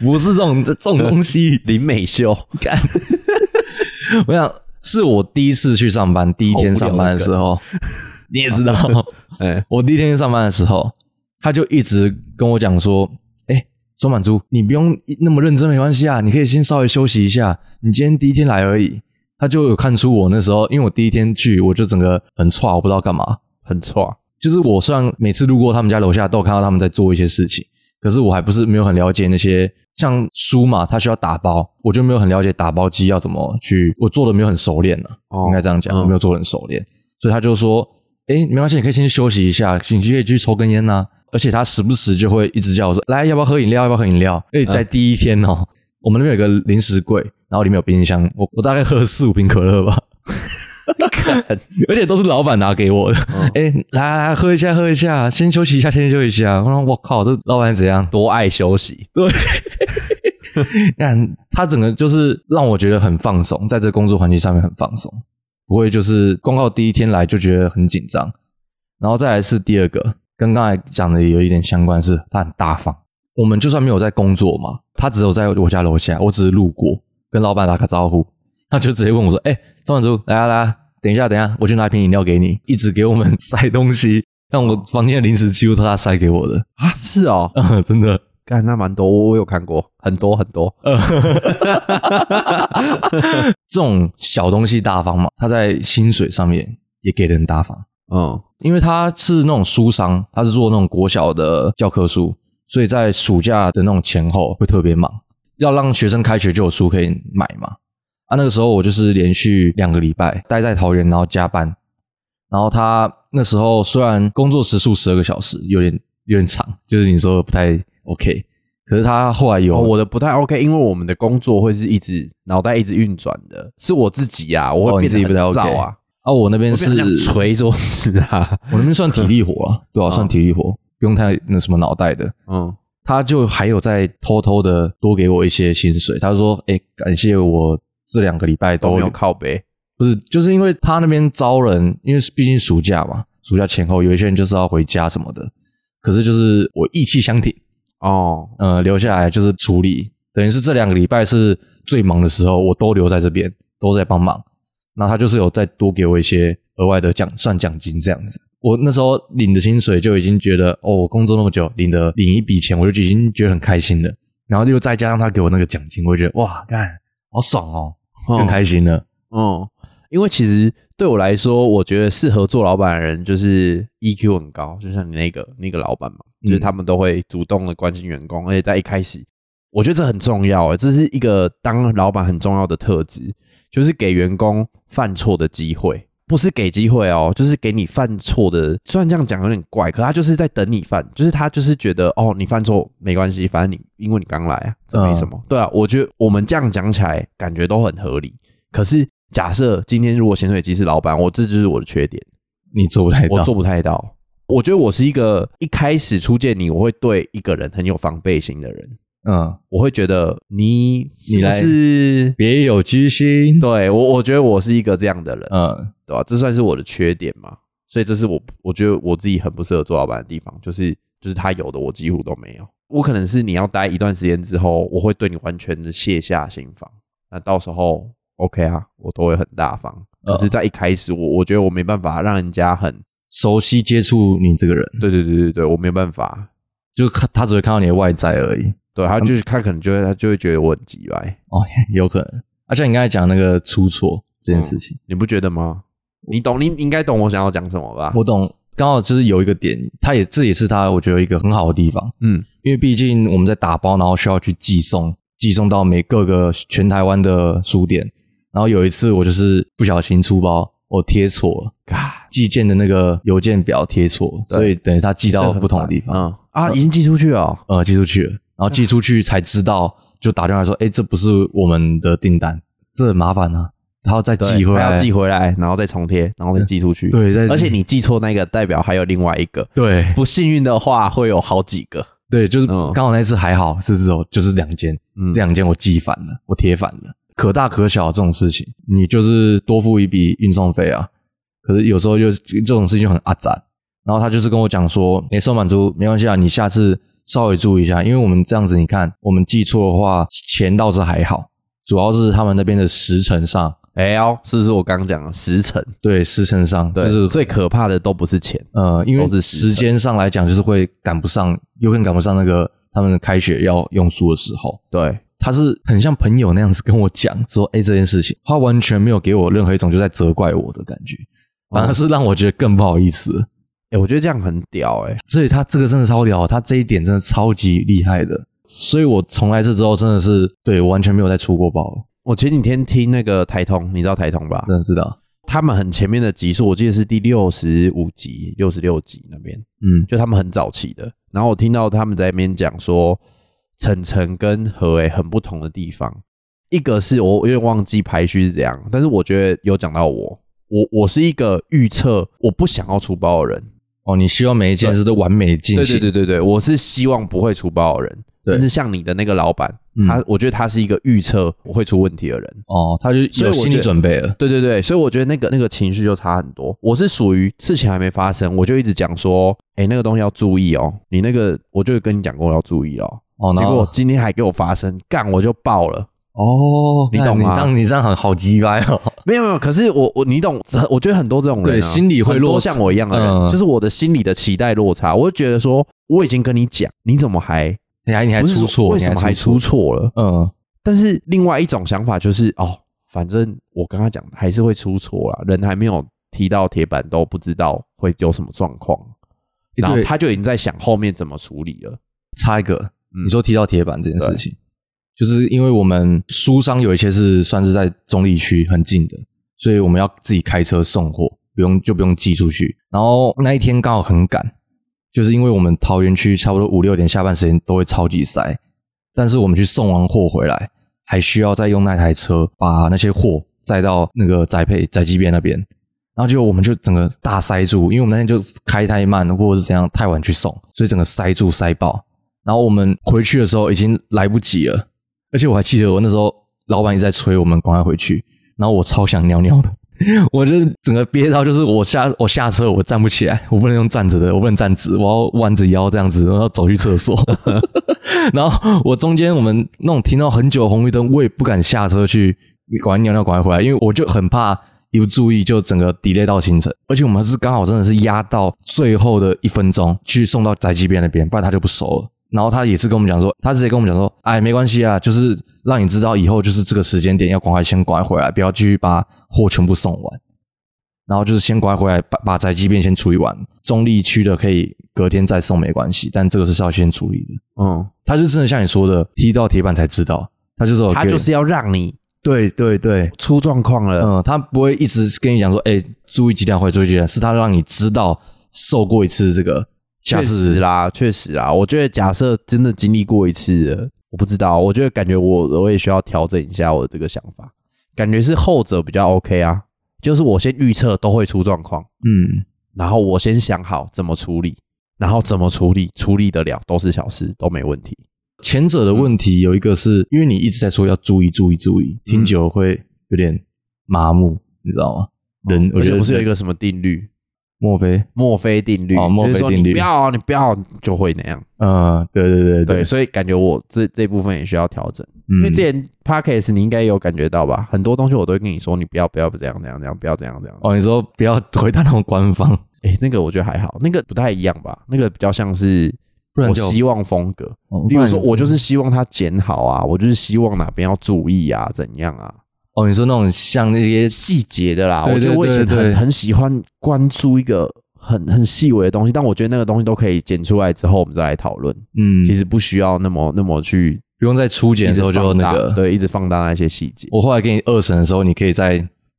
不是这种这种东西 ，林美秀， 我想是我第一次去上班，第一天上班的时候，你也知道，哎，我第一天上班的时候，他就一直跟我讲说：“哎、松满珠，你不用那么认真，没关系啊，你可以先稍微休息一下。你今天第一天来而已。”他就有看出我那时候，因为我第一天去，我就整个很差，我不知道干嘛。很错，就是我虽然每次路过他们家楼下，都有看到他们在做一些事情，可是我还不是没有很了解那些像书嘛，它需要打包，我就没有很了解打包机要怎么去，我做的没有很熟练啊呢、哦 应该这样讲，嗯我没有做得很熟练，所以他就说，哎，没关系，你可以先休息一下，你可以去抽根烟呐、而且他时不时就会一直叫我说，来，要不要喝饮料？要不要喝饮料？嗯而且在第一天哦，我们那边有个零食柜，然后里面有冰箱，我我大概喝了四五瓶可乐吧。 而且都是老板拿给我的。嗯哎、来来来，喝一下，喝一下，先休息一下，先休息一下。我说我靠，这老板怎样？多爱休息，看他整个就是让我觉得很放松，在这工作环境上面很放松，不会就是光靠第一天来就觉得很紧张。然后再来是第二个，跟刚才讲的也有一点相关是，他很大方。我们就算没有在工作嘛，他只有在我家楼下，我只是路过跟老板打个招呼，他就直接问我说：“哎、张满珠，来啊来啊，等一下等一下，我去拿一瓶饮料给你。”一直给我们塞东西，让我房间的零食几乎都他塞给我的， 啊，是哦，真的。干那蛮多，我我有看过，很多很多，这种小东西大方嘛，他在薪水上面也给的很大方，嗯，因为他是那种书商，他是做那种国小的教科书，所以在暑假的那种前后会特别忙，要让学生开学就有书可以买嘛。啊，那个时候我就是连续两个礼拜待在桃园，然后加班，然后他那时候虽然工作时数十二个小时，有点有点长，就是你说的不太 OK，可是他后来有、哦，我的不太 OK，因为我们的工作会是一直脑袋一直运转的，是我自己呀、啊，我哦会你变自得己很不太 OK 燥啊，啊，我那边我变是得像捶桌子啊，我那边算体力活 啊，对啊，嗯算体力活，不用太那什么脑袋的。 嗯，他就还有在偷偷的多给我一些薪水，他说：“哎、感谢我这两个礼拜都都没有靠背，不是，就是因为他那边招人，因为毕竟暑假嘛，暑假前后有一些人就是要回家什么的，可是就是我意气相挺，哦，呃，留下来就是处理，等于是这两个礼拜是最忙的时候，我都留在这边，都在帮忙。那他就是有再多给我一些额外的奖，算奖金这样子。我那时候领的薪水就已经觉得，哦，我工作那么久，领的领一笔钱，我就已经觉得很哦开心了。然后又再加上他给我那个奖金，我就觉得哇，干好爽哦，更嗯开心了。嗯，因为其实对我来说，我觉得适合做老板的人就是 EQ 很高，就像你那个那个老板嘛，就是嗯他们都会主动的关心员工，而且在一开始，我觉得这很重要、欸，这是一个当老板很重要的特质，就是给员工犯错的机会。不是给机会哦，就是给你犯错的。虽然这样讲有点怪，可他就是在等你犯，就是他就是觉得哦，你犯错没关系，反正你因为你刚来啊，这没什嗯么。对啊，我觉得我们这样讲起来感觉都很合理。可是假设今天如果咸水鸡是老板，我这就是我的缺点，你做不 太到，我做不太到。我觉得我是一个一开始初见你，我会对一个人很有防备心的人，嗯，我会觉得你是不来是别有居心。对我，我觉得我是一个这样的人，嗯，对吧、这算是我的缺点嘛，所以这是我我觉得我自己很不适合做老板的地方，就是就是他有的我几乎都没有。我可能是你要待一段时间之后，我会对你完全的卸下心防。那到时候 OK 啊，我都会很大方。可嗯是，在一开始，我我觉得我没办法让人家很熟悉接触你这个人，对对对对对，我没有办法。就是看他只会看到你的外在而已，对他就是他可能就会他就会觉得我很急歪，哦 有可能。而且你刚才讲那个出错这件事情，你不觉得吗？你懂，你你应该懂我想要讲什么吧？我懂，刚好就是有一个点，他也这也是他我觉得一个很好的地方，嗯因为毕竟我们在打包，然后需要去寄送，寄送到每各个全台湾的书店。然后有一次我就是不小心出包，我贴错了嘎，寄件的那个邮件表贴错，对所以等于他寄这到很不同的烦地方，嗯啊，已经寄出去了哦，呃，寄出去了，然后寄出去才知道，就打电话说，哎，这不是我们的订单，这很麻烦啊，他要再对寄回还来，要寄回来，然后再重贴，然后再寄出去。，对，再寄而且你寄错那个，代表还有另外一个，对不幸运的话会有好几个。对，就是嗯刚好那次还好，是只有就是两间，嗯这两间我寄反了，我贴反了，可大可小这种事情，你就是多付一笔运送费啊。可是有时候就是这种事情就很阿展，然后他就是跟我讲说，诶、收满足没关系啊，你下次稍微注意一下，因为我们这样子，你看我们寄错的话，钱倒是还好，主要是他们那边的时辰上，哎呦，是不是我刚讲的时辰？对时辰上，就对，是最可怕的都不是钱，呃，因为都是时时辰间上来讲，就是会赶不上，有可能赶不上那个他们开学要用书的时候。对，他是很像朋友那样子跟我讲说，哎、这件事情，他完全没有给我任何一种就在责怪我的感觉，反而是让我觉得更不好意思了。哎，我觉得这样很屌，哎，所以他这个真的超屌，他这一点真的超级厉害的。所以我从来这之后真的是对我完全没有再出过包了，我前几天听那个台通，你知道台通吧？真的知道。他们很前面的集数，我记得是第六十五集、六十六集那边，嗯，就他们很早期的。然后我听到他们在那边讲说，晨晨跟何诶很不同的地方，一个是我我有点忘记排序是怎样，但是我觉得有讲到我，我我是一个预测我不想要出包的人，哦，你希望每一件事都完美进对行，对对对对，我是希望不会出包的人。对但是像你的那个老板，嗯他我觉得他是一个预测我会出问题的人，哦，他就所以有我心觉理得准备了。对对对，所以我觉得那个那个情绪就差很多。我是属于事情还没发生，我就一直讲说，哎、那个东西要注意哦，你那个我就跟你讲过要注意哦。哦，结然后果今天还给我发生，干我就爆了。哦，你懂看吗你这样你这样很好鸡掰哦。没有没有，可是我我你懂，我觉得很多这种人啊、对心理会很多落差像我一样的人，嗯就是我的心理的期待落差，我就觉得说我已经跟你讲，你怎么还 你还你还不是出说错，为你什么还出？错了？嗯，但是另外一种想法就是，哦，反正我跟他讲还是会出错啦，人还没有踢到铁板都不知道会有什么状况，然后对他就已经在想后面怎么处理了。插一个，嗯你说踢到铁板这件事情，就是因为我们书商有一些是算是在中立区很近的，所以我们要自己开车送货，不用就不用寄出去。然后那一天刚好很赶，就是因为我们桃园区差不多五六点下班时间都会超级塞，但是我们去送完货回来，还需要再用那台车把那些货载到那个宅配宅急便那边。然后结果我们就整个大塞住，因为我们那天就开太慢或者是怎样太晚去送，所以整个塞住塞爆。然后我们回去的时候已经来不及了，而且我还记得我那时候老板一直在催我们赶快回去，然后我超想尿尿的， 我就整个憋到就是我下我下车我站不起来，我不能用站着的，我不能站直，我要弯着腰这样子，然后走去厕所。然后我中间我们那种停到很久的红绿灯，我也不敢下车去赶快尿尿赶快回来，因为我就很怕。一不注意就整个 delay 到行程，而且我们是刚好真的是压到最后的一分钟去送到宅急便那边，不然他就不收了。然后他也是跟我们讲说，他直接跟我们讲说，哎，没关系啊，就是让你知道以后就是这个时间点要赶快先赶快回来，不要继续把货全部送完。然后就是先赶快回来把把宅急便先处理完，中立区的可以隔天再送没关系，但这个是要先处理的。嗯，他就真的像你说的，踢到铁板才知道，他就是有他给就是要让你对对对，出状况了。嗯，他不会一直跟你讲说，哎、注意几点回，注意几点，是他让你知道受过一次这个，下确次实啦，确实啦，我觉得假设真的经历过一次了，我不知道，我觉得感觉我我也需要调整一下我的这个想法，感觉是后者比较 OK 啊，就是我先预测都会出状况，嗯，然后我先想好怎么处理，然后怎么处理，处理得了都是小事，都没问题。前者的问题有一个是因为你一直在说要注意注意注嗯意，听久了会有点麻木，你知道吗？人哦我而觉且得不是有一人个什么定律，莫非，墨菲定律，哦墨菲就是说定律你不要，你不要就会那样。嗯，对对对对，，所以感觉我这这部分也需要调整。嗯因为之前 podcast 你应该也有感觉到吧，很多东西我都会跟你说，你不要不要这样这样这样，不要这样这样。哦，你说不要回答那种官方，哎、那个我觉得还好，那个不太一样吧，那个比较像是不然我就希望风格。哦例如不然说，我就是希望它剪好啊，我就是希望哪边要注意啊，怎样啊，哦，你说那种像那些细节的啦。对我觉得对我以前对对很很喜欢关注一个很很细微的东西，但我觉得那个东西都可以剪出来之后，我们再来讨论。嗯，其实不需要那么那么去不用在初一检的直时候就放那大，个。对，一直放大那些细节，我后来给你二审的时候，你可以再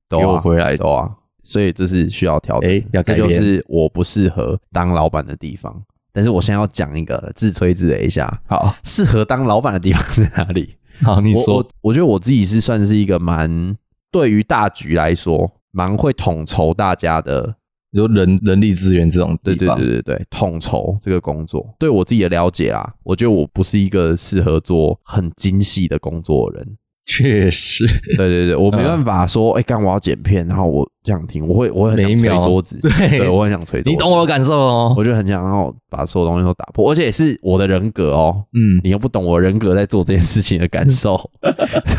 都给我啊回来。都啊，所以这是需要调整的诶，要这改就变是我不适合当老板的地方。但是我现在要讲一个自吹自擂一下，好适合当老板的地方在哪里？好，你我说我我觉得我自己是算是一个蛮对于大局来说蛮会统筹大家的，你说人人力资源这种对地对方，对对对，统筹这个工作，对我自己的了解啦，我觉得我不是一个适合做很精细的工作的人，确实对对对，我没嗯办法说，哎、干我要剪片，然后我这样听，我会我会很每想一捶秒桌子，对对我很想捶桌子，你懂我的感受哦。我就很想要把所有东西都打破，而且也是我的人格哦，嗯，你又不懂我人格在做这件事情的感 受，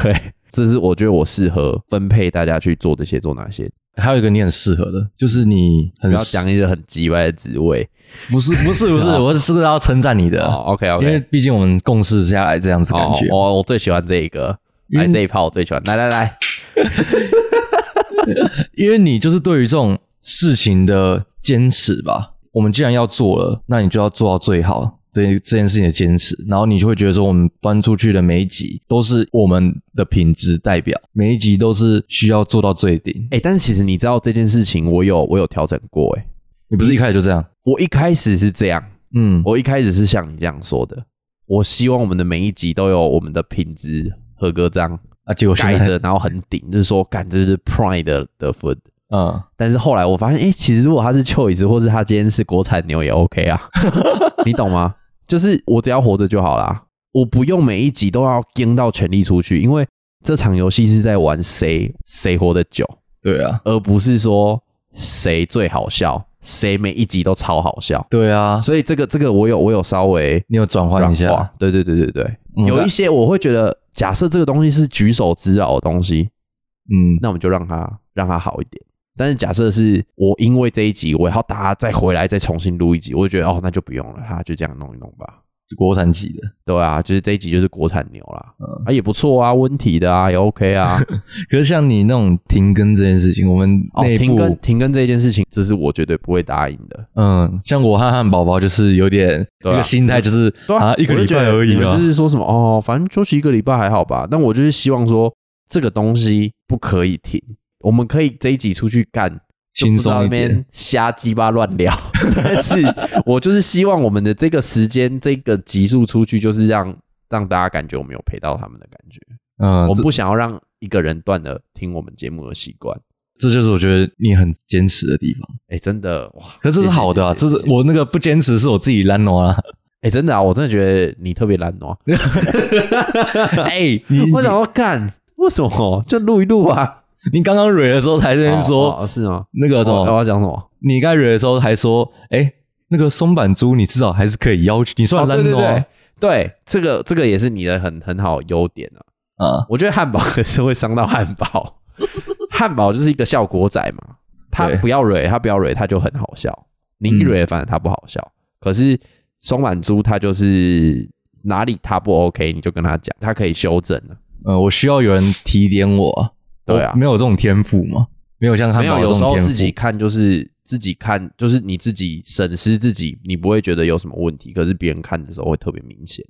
对，这是我觉得我适合分配大家去做这些做哪些，还有一个你很适合的，就是你很不要讲一些很鸡歪的职位 不是 不是不是，我是不是要称赞你的？哦。OK 啊因为 OK，毕竟我们共事下来这样子感觉，哦，我我最喜欢这一个，因为来这一炮我最喜欢，来来来，因为你就是对于这种事情的坚持吧。我们既然要做了，那你就要做到最好。这这件事情的坚持，然后你就会觉得说，我们搬出去的每一集都是我们的品质代表，每一集都是需要做到最顶。哎、但是其实你知道这件事情，我有我有调整过、欸，哎，你不是一开始就这样？我一开始是这样，嗯，我一开始是像你这样说的，我希望我们的每一集都有我们的品质合格章啊，结果现盖在着，然后很顶，就是说，干这就是 Pride 的的 food。嗯，但是后来我发现，哎、其实如果他是 choice，或是他今天是国产牛也 OK 啊，你懂吗？就是我只要活着就好啦，我不用每一集都要跟到全力出去，因为这场游戏是在玩谁谁活得久，对啊，而不是说谁最好笑，谁每一集都超好笑。对啊，所以这个这个我有我有稍微你有转换软一下化，，对对对对对，嗯有一些我会觉得，假设这个东西是举手之劳的东西，嗯，那我们就让它让它好一点。但是假设是我因为这一集，我要大家再回来再重新录一集，我就觉得哦，那就不用了，哈，就这样弄一弄吧。国产级的，对啊，就是这一集就是国产牛啦，嗯啊也不错啊，温体的啊也 OK 啊。可是像你那种停更这件事情，我们哦， 内停部、更停更这件事情，这是我绝对不会答应的。嗯，像我和汉堡包就是有点对那啊个心态，就是对啊，一个我就礼觉拜得而已你们嘛就。是说什么哦，反正休息一个礼拜还好吧。但我就是希望说这个东西不可以停，我们可以这一集出去干，就轻不知道松一那边点瞎鸡巴乱聊。 但是我就是希望我们的这个时间这个集数出去，就是让让大家感觉我们有陪到他们的感觉。嗯，我这不想要让一个人断了听我们节目的习惯。这就是我觉得你很坚持的地方。哎、真的哇！可是谢这是谢好的啊，谢谢这是谢谢我那个不坚持是我自己懒惰啊。 哎、真的啊，我真的觉得你特别懒哦。哎，你我想要干，为什么就录一录啊？你刚刚蕊的时候才在那边说哦哦是吗？那个什我我么，要讲什么？你刚蕊的时候还说，哎，那个松板猪你至少还是可以要求，你算哦懒对对惰对啊对，这个这个也是你的很很好的优点啊。啊。我觉得汉堡 是会伤到汉堡，汉堡就是一个效果仔嘛，他对不要蕊，他不要蕊，他就很好笑。你一嗯蕊，反正他不好笑。可是松满猪他就是哪里他不 OK，你就跟他讲，他可以修正啊的。嗯，我需要有人提点我啊。对啊我没有这种天赋嘛，没有像汉没有，堡这有时种候天自己赋。看就是自己看，就是你自己审视自己，你不会觉得有什么问题，可是别人看的时候会特别明 显。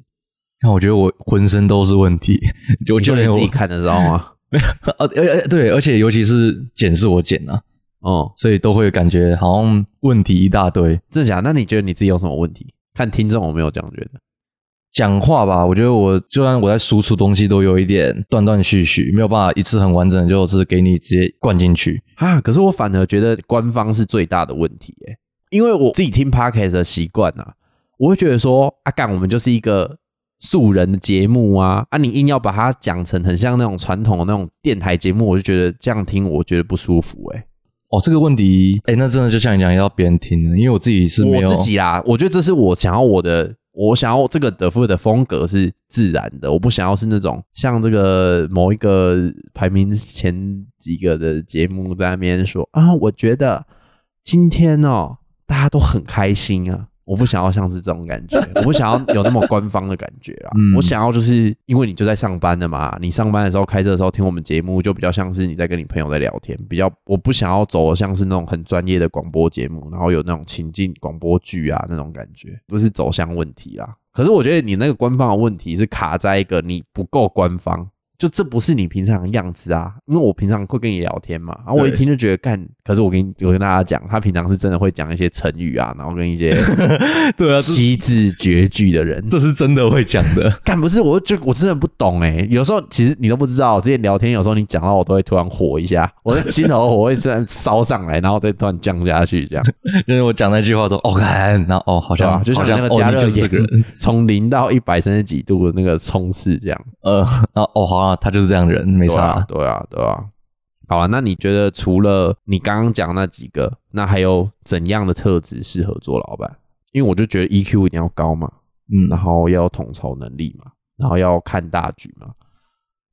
看，我觉得我浑身都是问题，就我就就连 你自己我看的啊知道吗？ 呃，而而对，而且尤其是剪是我剪啊，哦、所以都会感觉好像问题一大堆。真的假的那你觉得你自己有什么问题？看听众有没有这样觉得？讲话吧，我觉得我就算我在输出东西，都有一点断断续续，没有办法一次很完整，就是给你直接灌进去。啊，可是我反而觉得官方是最大的问题耶、因为我自己听 podcast 的习惯啊，我会觉得说啊，干我们就是一个素人的节目啊，啊，你硬要把它讲成很像那种传统的那种电台节目，我就觉得这样听我觉得不舒服哎、哦，这个问题，哎，那真的就像你讲，要别人听的，因为我自己是没有我自 己啦，我觉得这是我想要我的，我想要这个德芙的风格是自然的，我不想要是那种像这个某一个排名前几个的节目在那边说啊，我觉得今天哦大家都很开心啊，我不想要像是这种感觉，我不想要有那么官方的感觉啦。嗯我想要就是因为你就在上班的嘛，你上班的时候开车的时候听我们节目，就比较像是你在跟你朋友在聊天，比较我不想要走的像是那种很专业的广播节目，然后有那种情境广播剧啊那种感觉，这是走向问题啦。可是我觉得你那个官方的问题是卡在一个你不够官方，就这不是你平常的样子啊，因为我平常会跟你聊天嘛，然后我一对听就觉得干，可是我跟你我跟大家讲，他平常是真的会讲一些成语啊，然后跟一些对啊，这七字绝句的人，。这是真的会讲的干不是我就我真的不懂哎、有时候其实你都不知道，之前聊天有时候你讲到我都会突然火一下，我的心头火会突然烧上来，然后再突然降下去这样。 就是我讲那句话说，哦，看，然后哦，好对像、吧就像好那个哦加你热就是这盐个人， 从零到一百三十几度的那个冲刺，这样呃，然后哦，好啊，他就是这样的人，没对啥、啊，对啊，对啊。好啊，那你觉得除了你刚刚讲那几个，那还有怎样的特质适合做老板？因为我就觉得 EQ 一定要高嘛，嗯然后要有统筹能力嘛，然后要看大局嘛。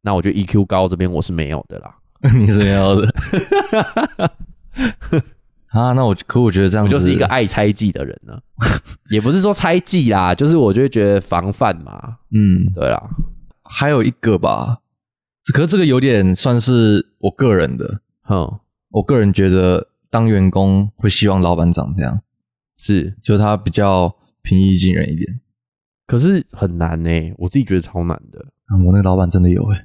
那我觉得 EQ 高这边我是没有的啦，嗯 你是要的啊？那我可我觉得这样我子就是一个爱猜忌的人 呢，也不是说猜忌啦，就是我就会觉得防范嘛，嗯，对啦，还有一个吧，这可是这个有点算是我个人的，哼，我个人觉得当员工会希望老板长这样，是，就是他比较平易近人一点。可是很难呢、欸我自己觉得超难的，啊我那个老板真的有诶、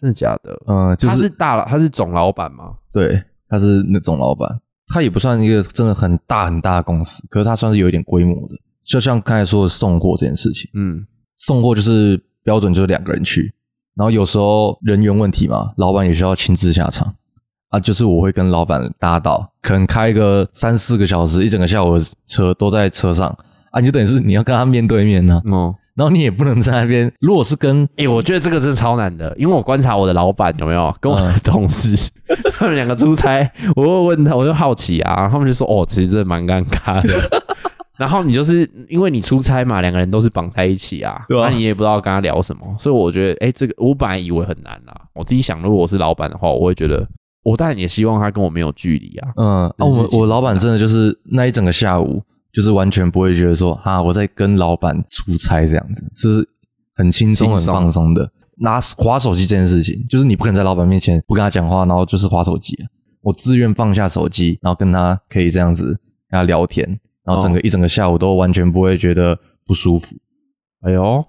真的假的？嗯、就他是是大老，他是总老板吗？对，他是那种老板，他也不算一个真的很大很大的公司，可是他算是有一点规模的。就像刚才说的送货这件事情，嗯，送货就是标准就是两个人去，然后有时候人员问题嘛，老板也需要亲自下场啊。就是我会跟老板搭到，可能开个三四个小时，一整个下午的车都在车上啊，你就等于是你要跟他面对面呢、啊哦，然后你也不能在那边，如果是跟哎、我觉得这个真的超难的，因为我观察我的老板有没有跟我嗯的同事，他们两个出差，我会问他，我就好奇啊，他们就说哦，其实真的蛮尴尬的。 然后你就是因为你出差嘛，两个人都是绑在一起啊，对啊那你也不知道跟他聊什么，所以我觉得，哎、这个我本来以为很难啦、我自己想，如果我是老板的话，我会觉得，我当然也希望他跟我没有距离啊，嗯，啊，但是我其实我老板真的就是那一整个下午，就是完全不会觉得说啊，我在跟老板出差这样子，是很轻松、轻很松放松的。拿划手机这件事情，就是你不可能在老板面前不跟他讲话，然后就是划手机啊。我自愿放下手机，然后跟他可以这样子跟他聊天，然后整个、哦一整个下午都完全不会觉得不舒服，哎呦，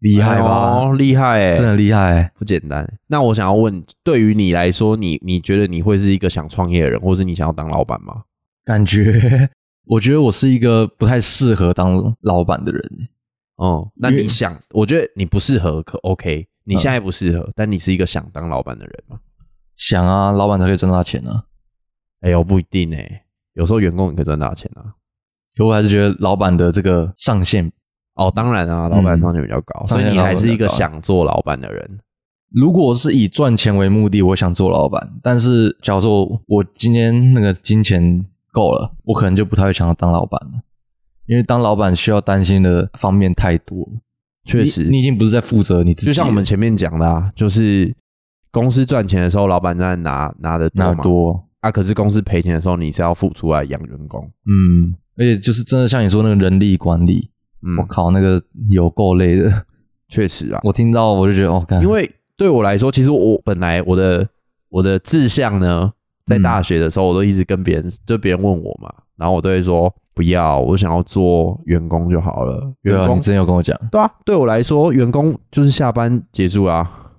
厉害吧？哎呦厉害、欸，真的厉害、不简单。那我想要问，对于你来说，你你觉得你会是一个想创业的人，或是你想要当老板吗？感觉我觉得我是一个不太适合当老板的人、哦、那因为嗯你想，我觉得你不适合，可 OK，你现在不适合，但你是一个想当老板的人吗？想啊，老板才可以赚到钱啊。哎呦，不一定哎、有时候员工也可以赚大钱啊。可我还是觉得老板的这个上限，哦，当然嗯啊，老板上限比较高，所以你还是一个想做老板的人。如果是以赚钱为目的，我想做老板。但是，假如说我今天那个金钱够了，我可能就不太会想要当老板了，因为当老板需要担心的方面太多了。确实你，你已经不是在负责你自己了，就像我们前面讲的啊，就是公司赚钱的时候，老板当然拿拿的多那嘛，多，啊，可是公司赔钱的时候，你是要付出来养员工。嗯，而且就是真的像你说那个人力管理，嗯我，靠，那个有够累的。 确实啊，我听到我就觉得，哦，干因为对我来说，其实我本来我的我的志向呢，嗯在大学的时候，我都一直跟别人，就别人问我嘛，然后我都会说不要，我想要做员工就好了。员对啊，工你真有跟我讲，对啊，对我来说，员工就是下班结束啦，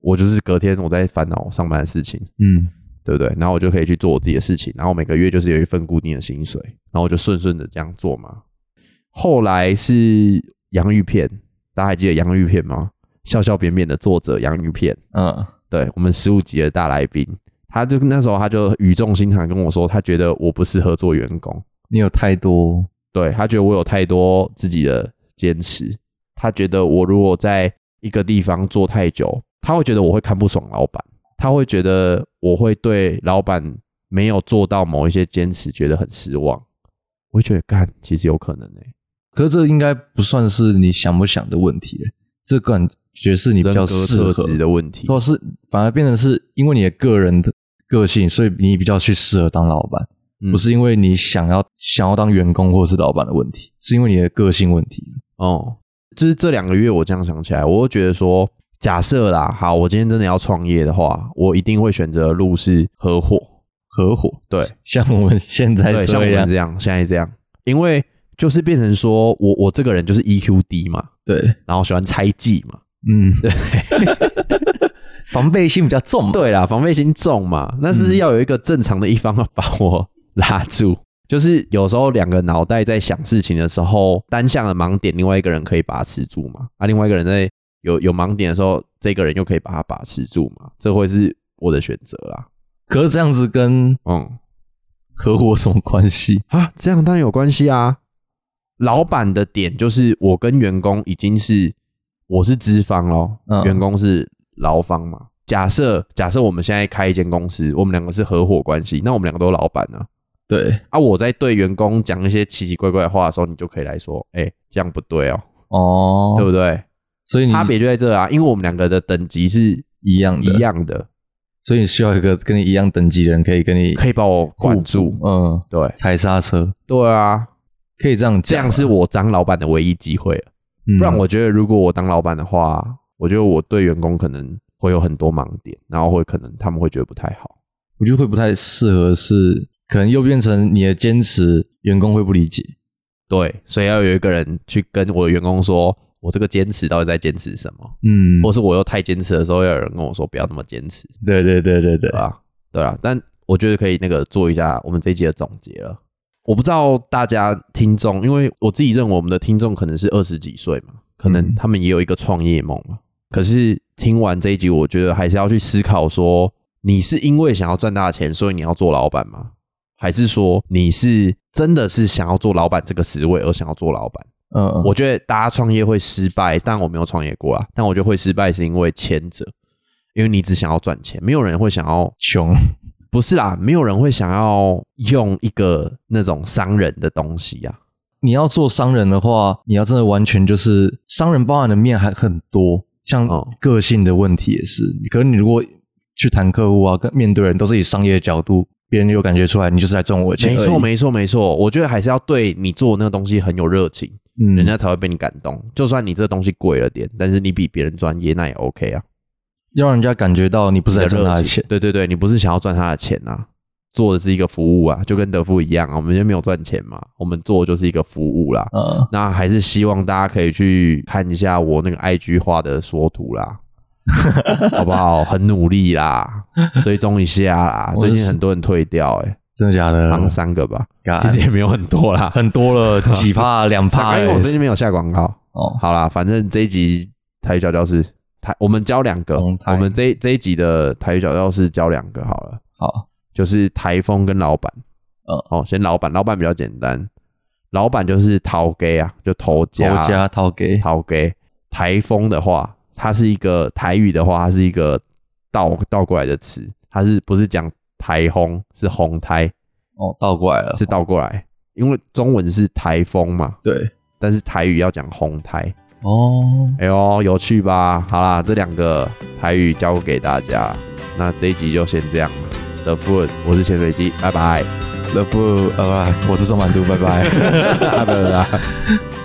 我就是隔天我在烦恼上班的事情，嗯，对不对？然后我就可以去做我自己的事情，然后每个月就是有一份固定的薪水，然后我就顺顺的这样做嘛。后来是洋芋片，大家还记得洋芋片吗？笑笑扁扁的作者洋芋片，嗯，对我们十五集的大来宾，他就那时候他就语重心长跟我说，他觉得我不适合做员工，你有太多，对他觉得我有太多自己的坚持，他觉得我如果在一个地方做太久，他会觉得我会看不爽老板，他会觉得我会对老板没有做到某一些坚持觉得很失望。我会觉得干，其实有可能诶、欸可是这应该不算是你想不想的问题，这感觉是你比人较格适特合，质的问题。或是反而变成是因为你的个人的个性，所以你比较去适合当老板。嗯不是因为你想要想要当员工或者是老板的问题，是因为你的个性问题。哦、就是这两个月我这样想起来，我就觉得说，假设啦，好，我今天真的要创业的话，我一定会选择的路是合伙，合伙，对，像我们现在对，像我这们样，这样，现在这样，因为就是变成说我我这个人就是 EQ 低嘛，对，然后喜欢猜忌嘛，嗯，对， 防备心比较重嘛。对啦，防备心重嘛，那是不是要有一个正常的一方要把我拉住？就是有时候两个脑袋在想事情的时候，单向的盲点，另外一个人可以把它吃住嘛？啊，另外一个人在有有盲点的时候，这个人又可以把它把持住嘛？这会是我的选择啦。可是这样子跟嗯，合伙有什么关系？啊，这样当然有关系啊。老板的点就是我跟员工已经是我是资方咯，嗯员工是劳方嘛。假设假设我们现在开一间公司，我们两个是合伙关系，那我们两个都老板呢、啊。对，我在对员工讲一些奇奇怪怪的话的时候，你就可以来说，哎、这样不对哦，对哦，不对？所以你差别就在这啊，因为我们两个的等级是一样的，一，样的，所以你需要一个跟你一样等级的人可以跟你可以把我管住。嗯，对踩刹车，对啊，可以这样讲啊，这样是我当老板的唯一机会了。嗯不然我觉得，如果我当老板的话，我觉得我对员工可能会有很多盲点，然后会可能他们会觉得不太好。我觉得会不太适合是，可能又变成你的坚持，员工会不理解。对，所以要有一个人去跟我的员工说，我这个坚持到底在坚持什么，嗯或是我又太坚持的时候，要有人跟我说不要那么坚持，对对对对对，对吧？对啊，但我觉得可以那个做一下我们这一集的总结了。我不知道大家听众，因为我自己认为我们的听众可能是二十几岁嘛，可能嗯他们也有一个创业梦嘛。可是听完这一集，我觉得还是要去思考说，你是因为想要赚大钱，所以你要做老板吗？还是说你是真的是想要做老板这个职位而想要做老板？嗯嗯，我觉得大家创业会失败，但我没有创业过啊。但我觉得会失败是因为前者，因为你只想要赚钱，没有人会想要穷，不是啦，没有人会想要用一个那种商人的东西啊。你要做商人的话，你要真的完全就是商人包含的面还很多，像哦个性的问题也是。可是你如果去谈客户啊，跟面对人都是以商业的角度，别人有感觉出来，你就是来赚我的钱而没已。错，没错，没错。我觉得还是要对你做的那个东西很有热情，嗯，人家才会被你感动。就算你这东西贵了点，但是你比别人专业，那也 OK 啊。要让人家感觉到你不是来赚他热的情钱。对对对，你不是想要赚他的钱啊，做的是一个服务啊，就跟德芙一样啊，我们也没有赚钱嘛，我们做的就是一个服务啦。呃，那还是希望大家可以去看一下我那个 IG 画的缩图 啦，好不好？很努力啦，追踪一下啦。我最是近很多人退掉、欸，真的假的？好像三个吧，干其实也没有很多啦。哎很欸多了， 几帕、两三帕 个，因为我最近没有下广告。哦，好啦，反正这一集台语角教室，台我们教两个，嗯台我们这这一集的台语角教室教两个好了，好，就是台风跟老板。嗯哦，先老板，老板比较简单，老板就是逃给啊，就头头家啊，家掏给好给台风的话，它是一个台语的话，它是一个倒倒过来的词，它是不是讲台风是红台哦，倒过来了，是倒过来？因为中文是台风嘛，对，但是台语要讲红台。哦，哎呦，有趣吧？好啦，这两个台语教给大家，那这一集就先这样了。The Food，我是潜水机，拜拜， 乐富，呃，不我是宋满珠，拜拜。拜拜。